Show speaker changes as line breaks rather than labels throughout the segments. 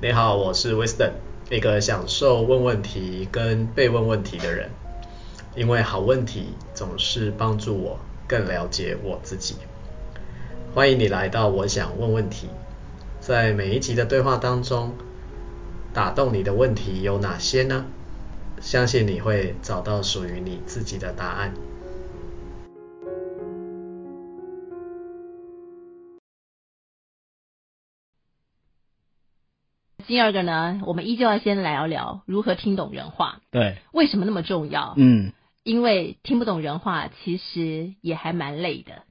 你好，我是 Wisdom，一个享受问问题跟被问问题的人。因为好问题总是帮助我更了解我自己。欢迎你来到我想问问题，在每一集的对话当中，打动你的问题有哪些呢？相信你会找到属于你自己的答案。
第二个呢，我们依旧要先聊聊如何听懂人话，
对，
为什么那么重要？
嗯，
因为听不懂人话，其实也还蛮累的，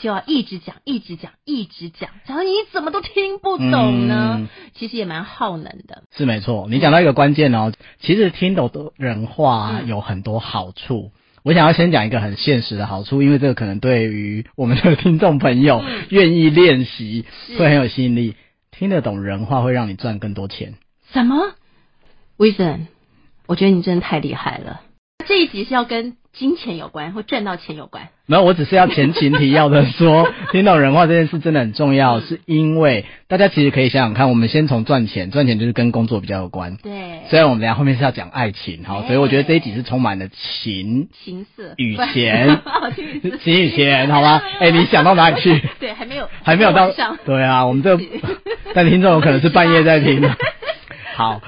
就要一直讲，一直讲，一直讲，讲到你怎么都听不懂呢？
嗯
其实也蛮耗能的。
是没错。你讲到一个关键哦，其实听懂的人话
嗯
有很多好处。我想要先讲一个很现实的好处，因为这个可能对于我们的听众朋友愿意练习
是
会很有吸引力。听得懂人话会让你赚更多钱。
什么？Vision，我觉得你真的太厉害了。这一集是要跟金钱有关，或赚到钱有关。
没有，我只是要前情提要的说，听懂人话这件事真的很重要，是因为大家其实可以想想看，我们先从赚钱，赚钱就是跟工作比较有关。
对，
虽然我们俩后面是要讲爱情，好，所以我觉得这一集
哎
是充满了情
情色
雨 贤
我听雨贤
秦雨贤，好吗？哎、你想到哪里去？
对，还没有，
还没有到
晚上。
对啊，我们 这但听众有可能是半夜在听的。 好，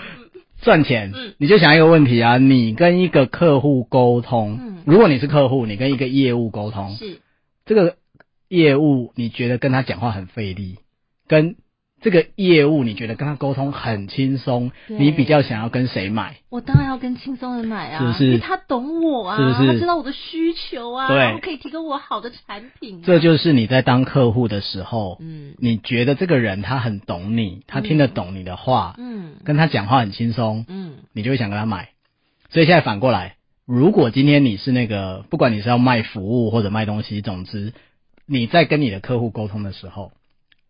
赚
啊
钱
嗯，
你就想一个问题啊，你跟一个客户沟
嗯
通，如果你是客户，你跟一个业务沟通，
是
这个业务你觉得跟他讲话很费力，跟这个业务你觉得跟他沟通很轻松，
对
你比较想要跟谁买？
我当然要跟轻松人买啊，
是不是
因为他懂我啊，
是不是
他知道我的需求啊，
对
然后可以提供我好的产品、啊。
这就是你在当客户的时候，
嗯
你觉得这个人他很懂你，他听得懂你的话，
嗯
跟他讲话很轻松，
嗯
你就会想跟他买。所以现在反过来，如果今天你是那个，不管你是要卖服务或者卖东西，总之你在跟你的客户沟通的时候，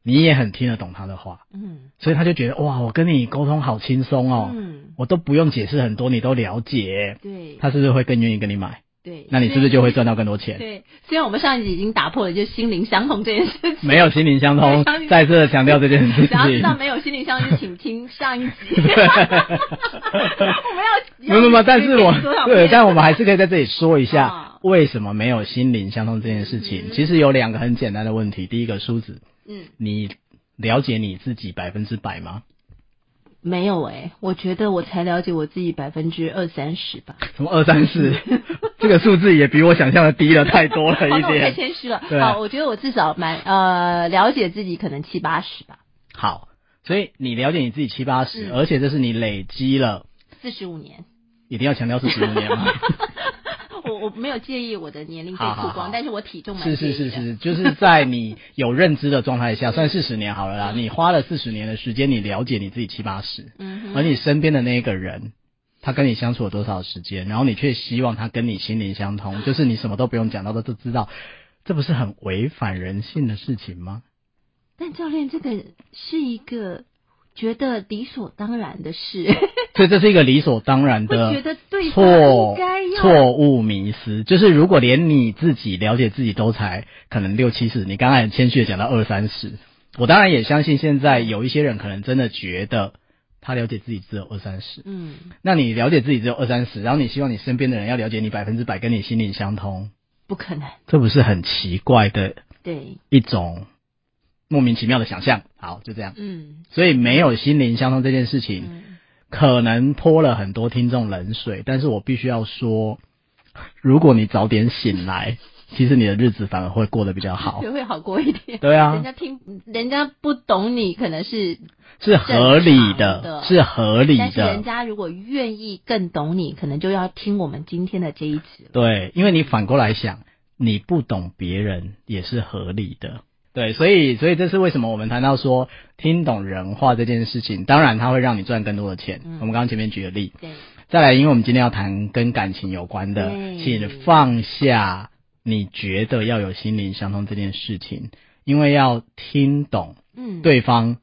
你也很听得懂他的话，
嗯
所以他就觉得哇，我跟你沟通好轻松哦，
嗯，
我都不用解释很多，你都了解，
对
他是不是会更愿意跟你买？
对，
那你是不是就会赚到更多钱？
对？虽然我们上一集已经打破了就是心灵相通这件事情，
没有心灵相通
对，
再次地强调这件事
只要知
情。
道没有心灵相通，请听上 一集。我们要
没有没有没有，但是我
多少
对，
遍
但我们还是可以在这里说一
啊
下，为什么没有心灵相通这件事
嗯
情。其实有两个很简单的问题，第一个，梳子，
嗯
你了解你自己百分之百吗？
没有哎、我觉得我才了解我自己百分之二三十吧。
什么二 三四，这个数字也比我想象的低了太多了
好，
一
那我太
点。
谦虚了。
对啊
好，我觉得我至少蛮呃了解自己，可能七八十吧，
好，所以你了解你自己七八十，
嗯
而且这是你累积了，
四十五年。
一定要强调是十五年吗？
我我没有介意我的年龄被
好好
曝
好
光，但是 我体重蛮
是是
介意
是
的，
是，就是在你有认知的状态下，算四十年好了啦。你花了四十年的时间，你了解你自己七八十，
嗯
而
哼，
啊你身边的那一个人，他跟你相处了多少时间，然后你却希望他跟你心灵相通，就是你什么都不用讲，到的都知道，这不是很违反人性的事情吗？
但教练这个是一个觉得理所当然的事，
所以这是一个理所当然
会觉
的
得对方应
错
该要
错误迷失，就是如果连你自己了解自己都才可能六七十，你刚才很谦虚的讲到二三十，我当然也相信现在有一些人可能真的觉得他了解自己只有二三十，
嗯
那你了解自己只有二三十，然后你希望你身边的人要了解你百分之百，跟你心灵相通，
不可能，
这不是很奇怪的
对，
一种莫名其妙的想象？好，就这样。
嗯
所以没有心灵相通这件事情，
嗯，
可能泼了很多听众冷水，但是我必须要说，如果你早点醒来，其实你的日子反而会过得比较好
学。会好过一点。
对
人
啊，
家听，人家不懂你，可能是，
是合理
正常的
的，是合理
但是人
的。
家如果愿意更懂你，可能就要听我们今天的这一集了。
对，因为你反过来想，你不懂别人也是合理的。对，所以所以这是为什么我们谈到说听懂人话这件事情，当然它会让你赚更多的钱。
嗯
我们刚刚前面举的例，
对，
再来，因为我们今天要谈跟感情有关的，
对
请放下你觉得要有心灵相通这件事情，因为要听懂
嗯，，
对方，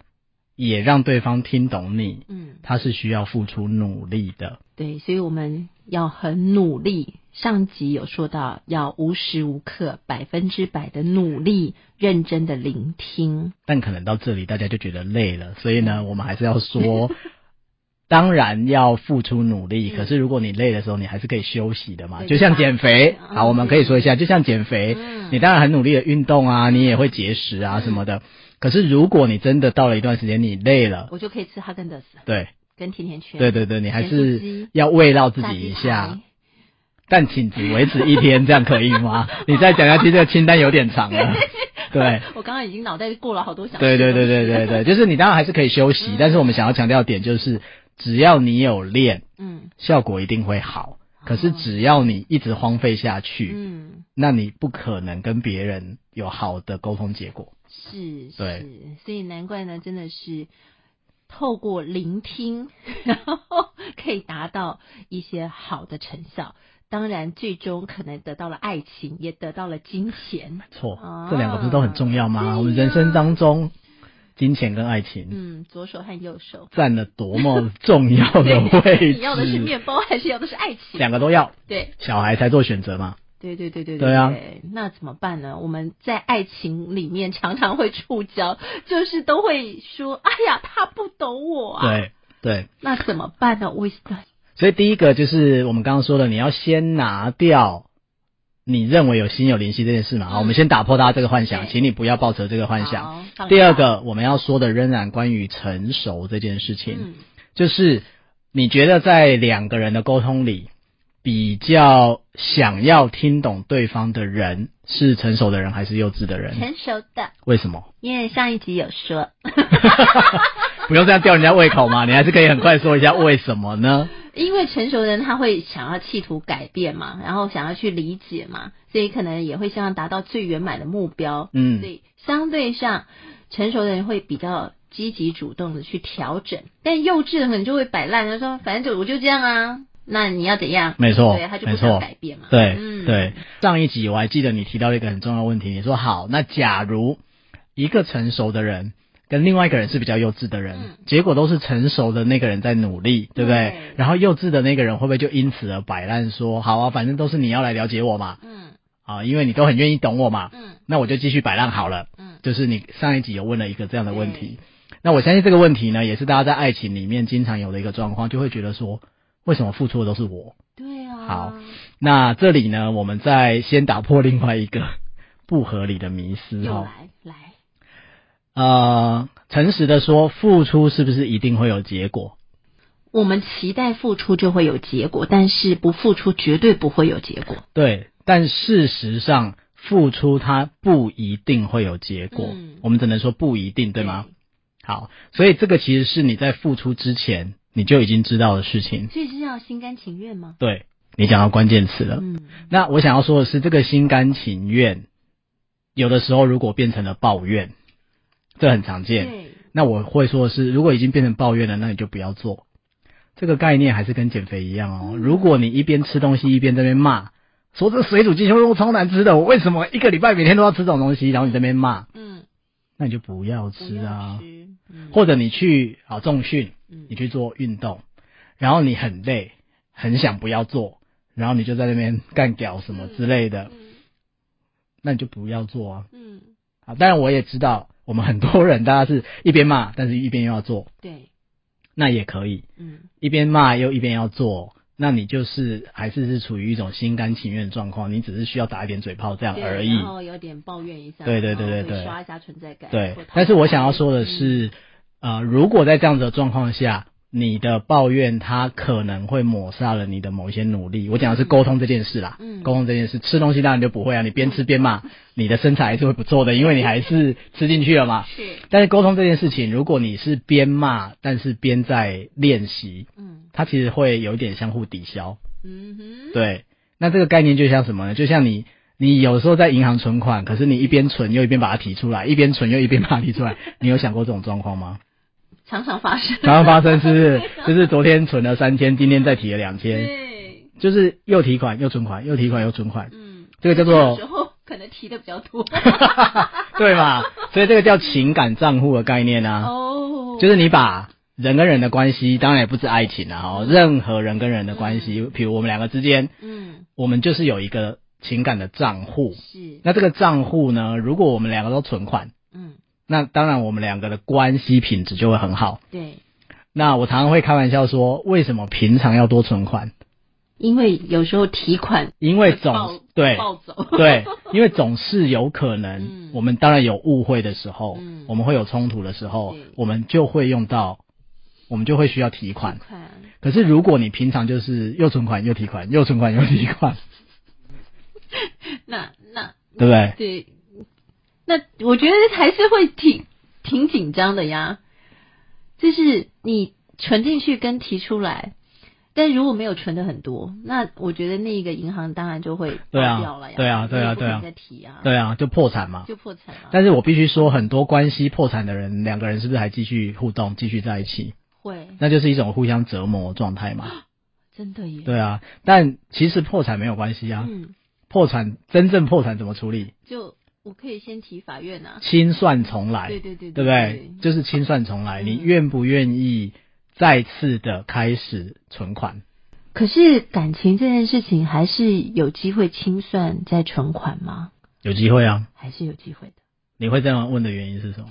也让对方听懂你，
嗯，
他是需要付出努力的。
对，所以我们要很努力上集有说到要无时无刻百分之百的努力，认真的聆听。
但可能到这里大家就觉得累了，所以呢，我们还是要说， 当然要付出努力，
嗯
可是如果你累的时候，你还是可以休息的嘛。
对
就像减肥，
嗯
好，我们可以说一下，就像减肥，
嗯
你当然很努力的运动啊，你也会节食啊什么的。可是如果你真的到了一段时间，你累了，
我就可以吃哈根达斯
对
跟甜甜圈，
对对对，你还
咸酥
是
鸡
要慰劳自
炸
己一
鸡
下
排。。
但请只维持一天，这样可以吗？你再讲下去，这个清单有点长 了。对，
我刚刚已经脑袋过了好多小时。
对对对对对对，就是你当然还是可以休息，
嗯
但是我们想要强调的点就是，只要你有练，
嗯
效果一定会好。可是
哦
只要你一直荒废下去，
嗯，
那你不可能跟别人有好的沟通结果。
是，
对
是，所以难怪呢，真的是透过聆听， 然后可以达到一些好的成效。当然，最终可能得到了爱情，也得到了金钱。
错
啊，
这两个不是都很重要吗？
对呀
我们人生当中，金钱跟爱情
嗯，左手和右手。
占了多么重要 的位置。
你要的是面包，还是要的是爱情？
两个都要，
对
小孩才做选择嘛。
对对对对
对啊
那怎么办呢？我们在爱情里面常常会触礁，就是都会说：“哎呀，他不懂我啊。”，
对对，
那怎么办呢？Wisdom，
所以第一个就是我们刚刚说的，你要先拿掉你认为有心有灵犀这件事嘛。好，我们先打破大家这个幻
嗯
想，
对
请你不要抱持这个幻想。
好放下
第二个我们要说的仍然关于成熟这件事情，
嗯
就是你觉得在两个人的沟通里，比较想要听懂对方的人是成熟的人还是幼稚 的人？
成熟的，
为什么？
因为上一集有说，
不用这样吊人家胃口嘛，你还是可以很快说一下为什么呢？
因为成熟的人他会想要企图改变嘛，然后想要去理解嘛，所以可能也会希望达到最圆满的目标。
嗯
所以相对上，成熟的人会比较积极主动的去调整，但幼稚的可能就会摆烂，他说反正就我就这样啊，那你要怎样？
没错
对，他，就
没
不想
错，
改变嘛。
对、
嗯，
对，，上一集我还记得你提到了一个很重要的问题，你说好，那假如一个成熟的人跟另外一个人是比较幼稚的人，
嗯
结果都是成熟的那个人在努力，对不对？
对
然后幼稚的那个人会不会就因此而摆烂说，好啊，反正都是你要来了解我嘛，
嗯
啊，因为你都很愿意懂我嘛，
嗯
那我就继续摆烂好了。
嗯
就是你上一集有问了一个这样的问题，那我相信这个问题呢，也是大家在爱情里面经常有的一个状况，就会觉得说，为什么付出的都是我？
对啊。
好，那这里呢，我们再先打破另外一个 不合理的迷思
又
哦。
来来，
呃，诚实的说，付出是不是一定会有结果？
我们期待付出就会有结果，但是不付出绝对不会有结果。
对，但事实上，付出它不一定会有结果。
嗯
我们只能说不一定，对吗？好，所以这个其实是你在付出之前你就已经知道的事情。
所以是要心甘情愿吗？
对你讲到关键词了。
嗯，
那我想要说的是，这个心甘情愿，有的时候如果变成了抱怨，这很常见。
对，
那我会说的是，如果已经变成抱怨了，那你就不要做。这个概念还是跟减肥一样哦。如果你一边吃东西一边在那边骂，说这水煮鸡胸肉超难吃的，我为什么一个礼拜每天都要吃这种东西？然后你在那边骂，
嗯，
那你就不要
不
吃
要
啊。
吃，嗯
或者你去啊重训，
嗯
你去做运动，然后你很累，很想不要做，然后你就在那边干屌什么之类的，
嗯
那你就不要做啊。
嗯，
啊，当然我也知道，我们很多人大家是一边骂，但是一边又要做，
对，
那也可以。
嗯
一边骂又一边要做，那你就是还是是处于一种心甘情愿的状况，你只是需要打一点嘴炮这样
对
而已
然。后有点抱怨一下，
对对
然后
对对
会
对
刷一下存在感，
对
或讨，
但是我
厌
想要说的，是，呃，如果在这样子的状况下，你的抱怨它可能会抹杀了你的某一些努力。我讲的是沟通这件事啦，
嗯
沟通这件事，吃东西当然就不会啊，你边吃边骂，你的身材还是会不错的，因为你还是吃进去了嘛
嗯。是，
但是沟通这件事情，如果你是边骂，但是边在练习，
嗯
它其实会有一点相互抵消。
嗯哼，
对，那这个概念就像什么呢？就像你，你有时候在银行存款，可是你一边存又一边把它提出来，一边存又一边把它提出来，你有想过这种状况吗？
常常发生，
常常发生是不是？ 就是昨天存了三千，今天再提了两千，
对，
就是又提款又存款，又提款又存款，
嗯，
这个叫
有时
做
候可能提的比较多，
对嘛？所以这个叫情感账户的概念 啊，
哦，
就是你把。人跟人的关系，当然也不止爱情啊，哦，任何人跟人的关系，比如我们两个之间，
嗯
我们就是有一个情感的账户。
是，
那这个账户呢，如果我们两个都存款，
嗯，
那当然我们两个的关系品质就会很好。
对，
那我常常会开玩笑说，为什么平常要多存款？
因为有时候提款
因为
会
总
暴
对
暴走，
对，因为总是有可能
嗯，
我们当然有误会的时候，
嗯
我们会有冲突的时候
对，
我们就会用到，我们就会需要提款
提。 款
可是如果你平常就是又存款又提款，又存款又提 款，
那那
对不对？
对，那我觉得还是会挺挺紧张的呀。就是你存进去跟提出来，但如果没有存的很多，那我觉得那个银行当然就会
对啊
爆掉了呀。
对啊
你
对啊
也不可能
对
再
啊
提啊，
对啊，就破产嘛。
就破产了。
但是我必须说，很多关系破产的人，两个人是不是还继续互动、继续在一起？
会
那就是一种互相折磨的状态嘛。
真的耶。
对啊，但其实破产没有关系啊。
嗯，
破产真正破产怎么处理？
就我可以先提法院啊。
清算重来。
对对对
对
对
不对？就是清算重来，
嗯
你愿不愿意再次的开始存款？
可是感情这件事情还是有机会清算再存款吗？
有机会啊！
还是有机会的。
你会这样问的原因是什么？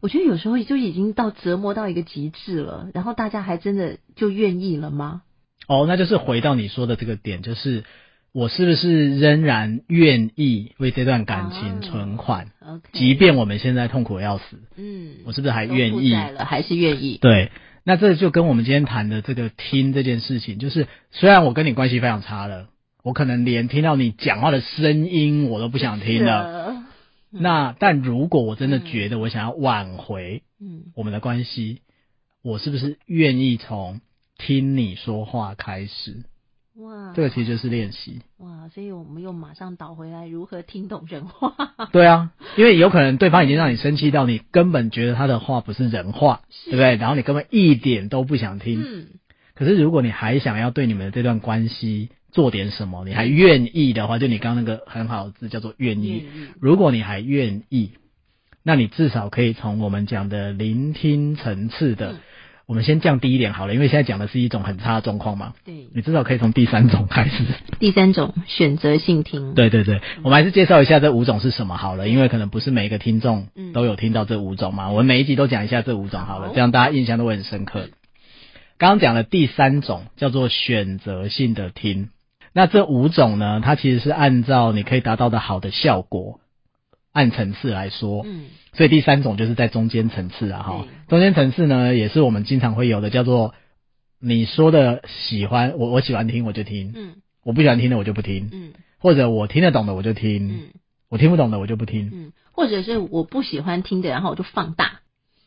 我觉得有时候就已经到折磨到一个极致了，然后大家还真的就愿意了吗？
哦，那就是回到你说的这个点，就是我是不是仍然愿意为这段感情
啊
存款？
OK，
即便我们现在痛苦的要死，
嗯，
我是不是还
都
愿
负
意？
债了，还是愿意？
对，那这就跟我们今天谈的这个听这件事情，就是虽然我跟你关系非常差了，我可能连听到你讲话的声音我都不想听啊了。
了，
那但如果我真的觉得我想要挽回
嗯，
我们的关系，我是不是愿意从听你说话开始？
哇，
这个其实就是练习。
哇，所以我们又马上倒回来，如何听懂人话？
对啊，因为有可能对方已经让你生气到你根本觉得他的话不是人话，对不对？然后你根本一点都不想听。
嗯，
可是如果你还想要对你们的这段关系做点什么，你还愿意的话，就你刚刚那个很好的字叫做愿
愿
意。
意，
如果你还愿意，那你至少可以从我们讲的聆听层次的，
嗯
我们先降低一点好了，因为现在讲的是一种很差的状况嘛。
对。
你至少可以从第三种开始。
第三种选择性听，，
对对对，我们还是介绍一下这五种是什么好了，因为可能不是每一个听众
嗯
都有听到这五种嘛。我们每一集都讲一下这五种好了，
好
这样大家印象都会很深刻。刚刚讲的第三种叫做选择性的听，那这五种呢，它其实是按照你可以达到的好的效果，按层次来说，
嗯，
所以第三种就是在中间层次啊，哈
对，
中间层次呢，也是我们经常会有的，叫做你说的喜欢，我我喜欢听我就听，
嗯
我不喜欢听的我就不听，
嗯
或者我听得懂的我就听，
嗯
我听不懂的我就不听。
嗯，或者是我不喜欢听的，然后我就放大，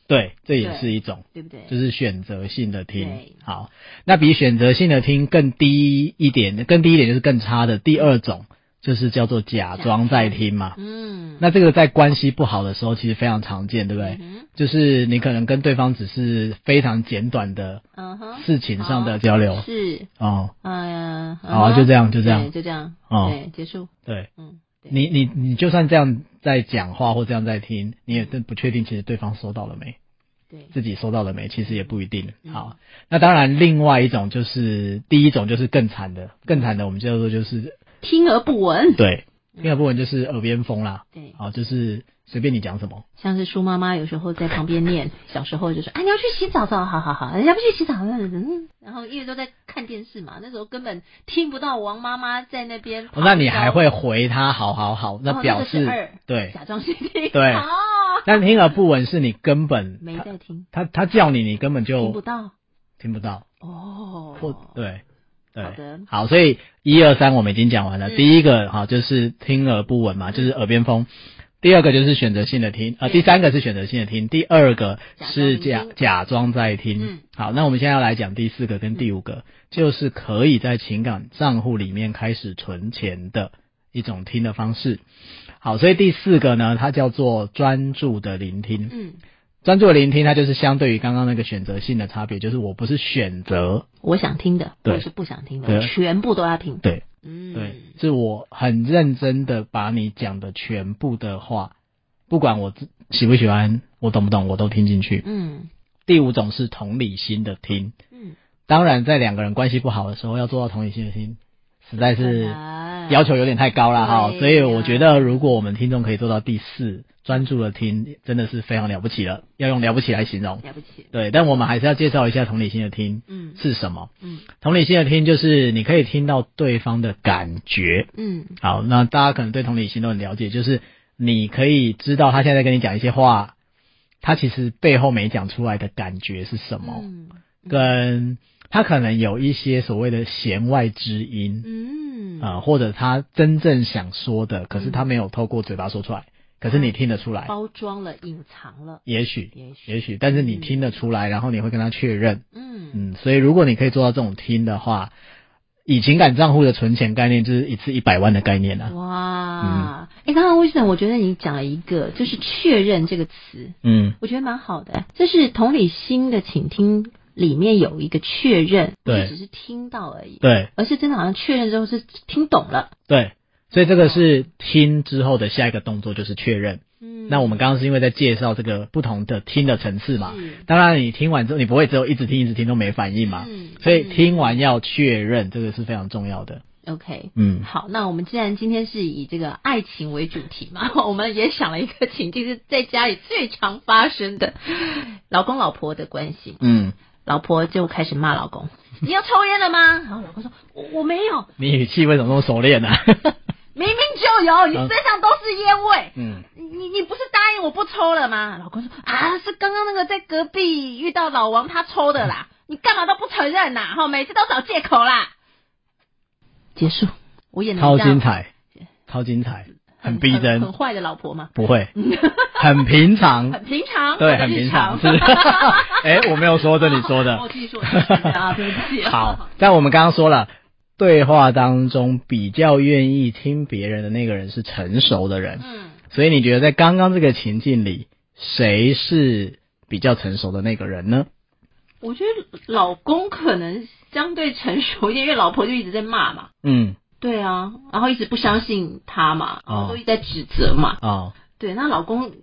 对，这也
对
是一种，
对不对？
就是选择性的听
对。
好，那比选择性的听更低一点，更低一点就是更差的第二种，就是叫做假装在听嘛。
嗯，
那这个在关系不好的时候，其实非常常见，对不对？
嗯
就是你可能跟对方只是非常简短的
哼嗯哼，
事情上的交流
好是，
哦，
嗯，
好
嗯哼
就这样就这样
对就这样，
哦
对，结束，
对
嗯，对，
你你你就算这样在讲话或这样在听，你也真不确定其实对方收到了没，
对，
自己收到了没，其实也不一定。
嗯
好，那当然另外一种就是第一种就是更惨的，更惨的我们叫做就是
听而不闻，嗯
对，第二部分就是耳边风啦，
对，
好就是随便你讲什么，
像是舒妈妈有时候在旁边 念，小时候就说啊，你要去洗澡澡，好好好，人家不去洗澡，嗯，然后因为都在看电视嘛，那时候根本听不到王妈妈在那边
哦
咆哮，
那你还会回他好好好，
哦
那
个
表
是
示
二
对，
假装去听，
对
啊，
但听而不闻是你根本
没
他
在听，
他他叫你，你根本就
听不到
听不到，
哦，
或对对，
好的
好，所以一二三我们已经讲完了。
嗯
第一个哈就是听而不闻嘛，就是耳边风；第二个就是选择性的听，呃，第
对
三个是选择性的听，第二个是
嗯假
假
装聆听
假装在听。
嗯
好，那我们现在要来讲第四个跟第五个，就是可以在情感账户里面开始存钱的一种听的方式。好，所以第四个呢，它叫做专注的聆听。
嗯，
专注的聆听，它就是相对于刚刚那个选择性的差别，就是我不是选择，
我想听的，
对
或者是不想听的，
对
我全部都要听，
对
嗯，
对，是我很认真的把你讲的全部的话，不管我自喜不喜欢，我懂不懂，我都听进去。
嗯
第五种是同理心的听，
嗯，
当然在两个人关系不好的时候，要做到同理心的听，实
很
在是
难
要求有点太高了哈
啊对。
所以我
呀
觉得，如果我们听众可以做到第四，专注的听，真的是非常了不起了，要用了不起来形容。
了不起，
对，但我们还是要介绍一下同理心的听
嗯
是什么。
嗯
同理心的听就是你可以听到对方的感觉。
嗯
好，那大家可能对同理心都很了解，就是你可以知道他现在在跟你讲一些话，他其实背后没讲出来的感觉是什么，
嗯
跟他可能有一些所谓的弦外之音，
嗯
啊、或者他真正想说的，可是他没有透过嘴巴说
哦
出来，可是你听得出来，
包装了，隐藏了，
也许，
也许
也许，但是你
嗯
听得出来，然后你会跟他确认，
嗯
嗯，所以如果你可以做到这种听的话，以情感账户的存钱概念就是一次一百万的概念
哦
啊，嗯
哇，哎、刚刚魏生，我觉得你讲了一个，就是确认这个词，
嗯，
我觉得蛮好的，就是同理心的倾听里面有一个确认，不
对
是只是听到而已，
对
而是真的好像确认之后是听懂了。
对，所以这个是听之后的下一个动作就是确认。
嗯
那我们刚刚是因为在介绍这个不同的听的层次嘛，
是
当然你听完之后你不会只有一直听一直听都没反应嘛，
嗯
所以
嗯
听完要确认，这个是非常重要的。
OK。
嗯，
好，那我们既然今天是以这个爱情为主题嘛， 我们也想了一个情境，是在家里最常发生 的老公老婆的关系。
嗯，
老婆就开始骂老公：“ 你要抽烟了吗？”然后老公说：“我我没有，
你语气为什么那么熟练呢、啊
明明就有，你
嗯
身上都是烟味。
嗯
你你你不是答应我不抽了吗？”老公说：“啊，是刚刚那个在隔壁遇到老王他抽的啦，你干嘛都不承认呐、哈，每次都找借口啦。”结束，我也能
超
这样
精彩，超精彩，很逼
很很
真，
坏的老婆吗？
不会，很平常
很，平常，我
对，
的
很
日
平常，是
常。。
哎、我没有说这，你 说
我
的。
自己说的 啊，对不起。
好，，但我们刚刚说了，对话当中比较愿意听别人的那个人是成熟的人，
嗯
所以你觉得在刚刚这个情境里，谁是比较成熟的那个人呢？
我觉得老公可能相对成熟一点，因为老婆就一直在骂嘛。
嗯，
对啊，然后一直不相信他嘛，
哦
都一直在指责嘛。
哦，
对，那老公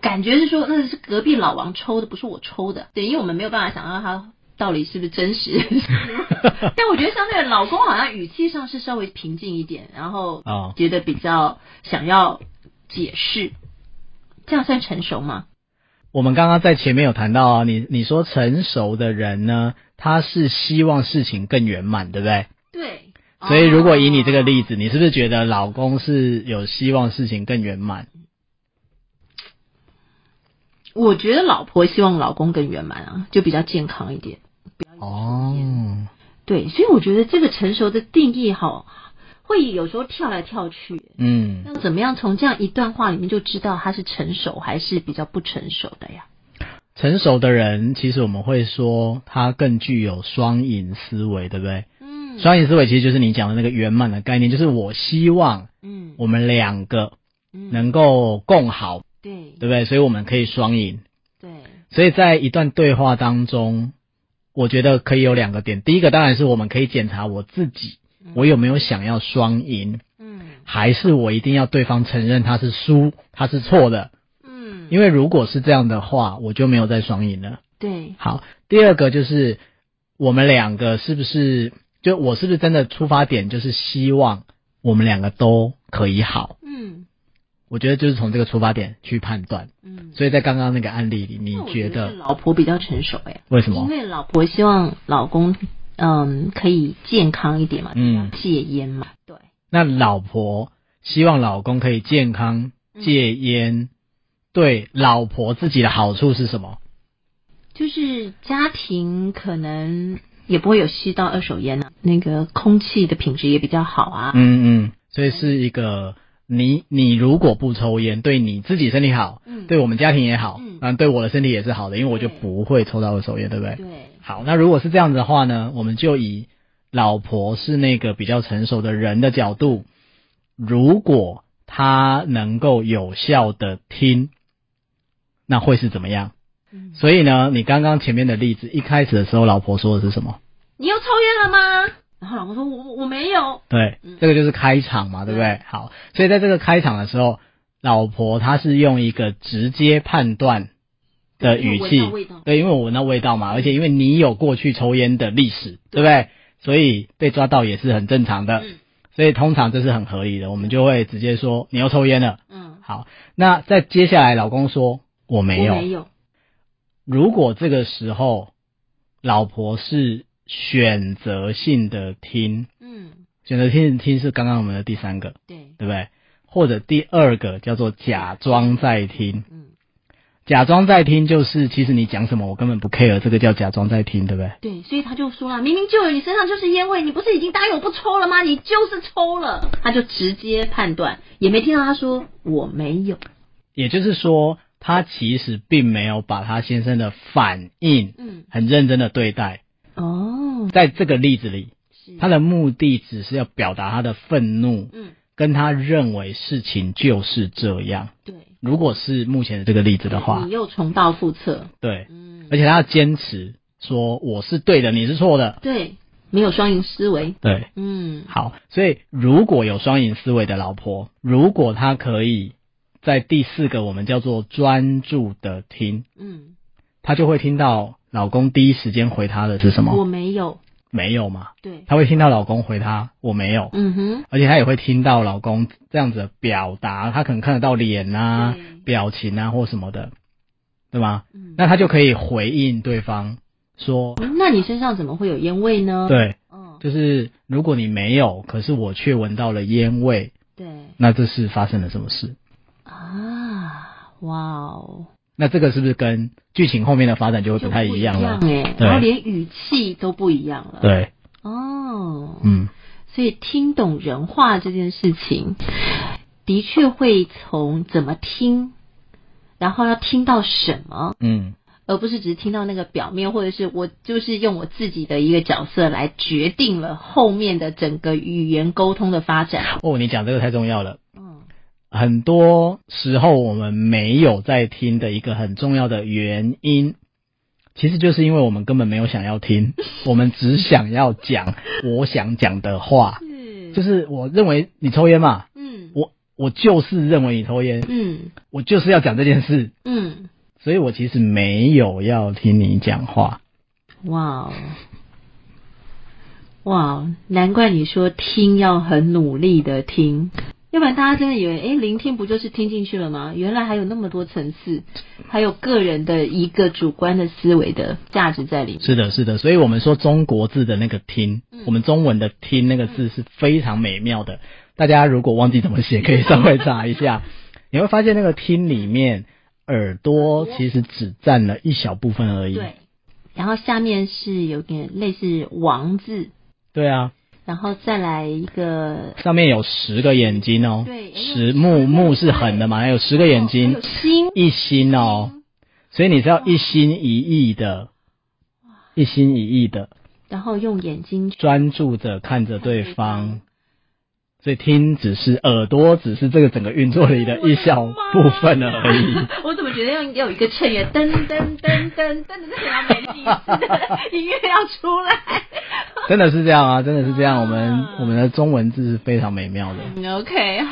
感觉是说那是隔壁老王抽的，不是我抽的。对，因为我们没有办法想到他到底是不是真 实。 但我觉得相对老公好像语气上是稍微平静一点，然后
哦
觉得比较想要解释，这样算成熟吗？
我们刚刚在前面有谈到啊，你你说成熟的人呢，他是希望事情更圆满，对不对？
对。哦
所以如果以你这个例子，你是不是觉得老公是有希望事情更圆满？
哦，我觉得老婆希望老公更圆满啊，就比较健康一点。
哦，
对，所以我觉得这个成熟的定义好，会有时候跳来跳去。
嗯，
那怎么样从这样一段话里面就知道他是成熟还是比较不成熟的呀？
成熟的人，其实我们会说他更具有双赢思维，对不对？
嗯
双赢思维其实就是你讲的那个圆满的概念，就是我希望
嗯
我们两个
嗯
能够共好，
对
对不对？所以我们可以双赢。
对
所以在一段对话当中，我觉得可以有两个点。第一个当然是我们可以检查我自己，我有没有想要双赢，
嗯
还是我一定要对方承认他是输，他是错的？
嗯
因为如果是这样的话，我就没有再双赢了。
对
好，第二个就是我们两个是不是就我是不是真的出发点就是希望我们两个都可以好？
嗯
我觉得就是从这个出发点去判断。
嗯，
所以在刚刚那个案例里，你
那我
觉
得是
得
老婆比较成熟哎、
为什
因
么？
为老婆希望老公嗯可以健康一点嘛，
嗯，
戒烟嘛，对，
那老婆希望老公可以健康
嗯
戒烟，对老婆自己的好处是什么？
就是家庭可能也不会有吸到二手烟啊，那个空气的品质也比较好啊，
嗯嗯，所以是一个你你如果不抽烟，对你自己身体好，
嗯
对我们家庭也好，
嗯
嗯，对我的身体也是好的，因为我就
对
不会抽到二手烟，对不对？
对，
好，那如果是这样子的话呢，我们就以老婆是那个比较成熟的人的角度，如果她能够有效的听，那会是怎么样？
嗯
所以呢，你刚刚前面的例子，一开始的时候，老婆说的是什么？
你又抽烟了吗？然后老公说我我没有，
对
嗯，
这个就是开场嘛，对不对？好，所以在这个开场的时候，老婆她是用一个直接判断的语
因为我闻
气
到，味道
对，因为我闻到味道嘛，而且因为你有过去抽烟的历史，对不对？所以被抓到也是很正常的。
嗯
所以通常这是很合理的，我们就会直接说你又抽烟了。
嗯，
好，那再接下来老公说我没有，
我没有，
如果这个时候老婆是选择性的听，
嗯，
选择性的听是刚刚我们的第三个，
对，
对不对？或者第二个叫做假装在听，
嗯，
假装在听就是其实你讲什么我根本不 care，这个叫假装在听，对不对？
对，所以他就说了，明明就有你身上就是烟味，你不是已经答应我不抽了吗？你就是抽了，他就直接判断，也没听到他说我没有，
也就是说，她其实并没有把她先生的反应
嗯，
很认真的对待，
哦，
在这个例子里，
是
她的目的只是要表达她的愤怒，
嗯，
跟她认为事情就是这样。
对，
如果是目前的这个例子的话
你，又重蹈覆辙，
对，
嗯，
而且她要坚持说我是对的，你是错的，
对，没有双赢思维，
对。
嗯，
好，所以如果有双赢思维的老婆，如果她可以在第四个我们叫做专注的听，
嗯，
她就会听到老公第一时间回她的是什
我
么？
没有，
没有嘛？
对，
她会听到老公回她我没有，
嗯哼，
而且她也会听到老公这样子的表达，她可能看得到脸啊、
对
表情啊或什么的，对吗？
嗯，
那她就可以回应对方说，
哦那你身上怎么会有烟味呢？，
对，
嗯，
就是如果你没有，可是我却闻到了烟味，
对
那这是发生了什么事？
啊，哇哦，
那这个是不是跟剧情后面的发展就会不太一样了？
就不一样哎、
对
然后连语气都不一样了。，
对，
哦，
嗯，
所以听懂人话这件事情，的确会从怎么听，然后要听到什么，
嗯，
而不是只是听到那个表面，或者是我就是用我自己的一个角色来决定了后面的整个语言沟通的发展。
哦，你讲这个太重要了。
嗯，
很多时候我们没有在听的一个很重要的原因，其实就是因为我们根本没有想要听， 我们只想要讲 我想讲的话。
是
就是是我认为你抽烟嘛，
嗯
我我就是认为你抽烟，
嗯
我就是要讲这件事，
嗯，
所以我其实没有要听你讲话。
哇哦，哇哦，难怪你说听要很努力的听，要不然大家真的以为，诶，聆听不就是听进去了吗？原来还有那么多层次，还有个人的一个主观的思维的价值在里面。
是的，是的，所以我们说中国字的那个“听”，
嗯
我们中文的“听”那个字是非常美妙的。大家如果忘记怎么写，可以稍微查 一下，你会发现那个“听”里面，耳朵其实只占了一小部分而已。
对，然后下面是有点类似王字，
对啊，
然后再来一个
上面有十个眼睛哦，
对哎
十目目是横的嘛，有十个眼
哦还
睛
有，心
一心哦，，所以你是要一心一意的，一心一意的
然后用眼睛去
专注着看着对
看对
方
方。
所以听只是耳朵，只是这个整个运作里的一小部分而已。
我怎么觉得要要有一个衬乐，噔噔噔噔噔噔那很要美丽的 音乐要出来。
真的是这样啊，真的是这样。我们我们的中文字是非常美妙的。
嗯 OK，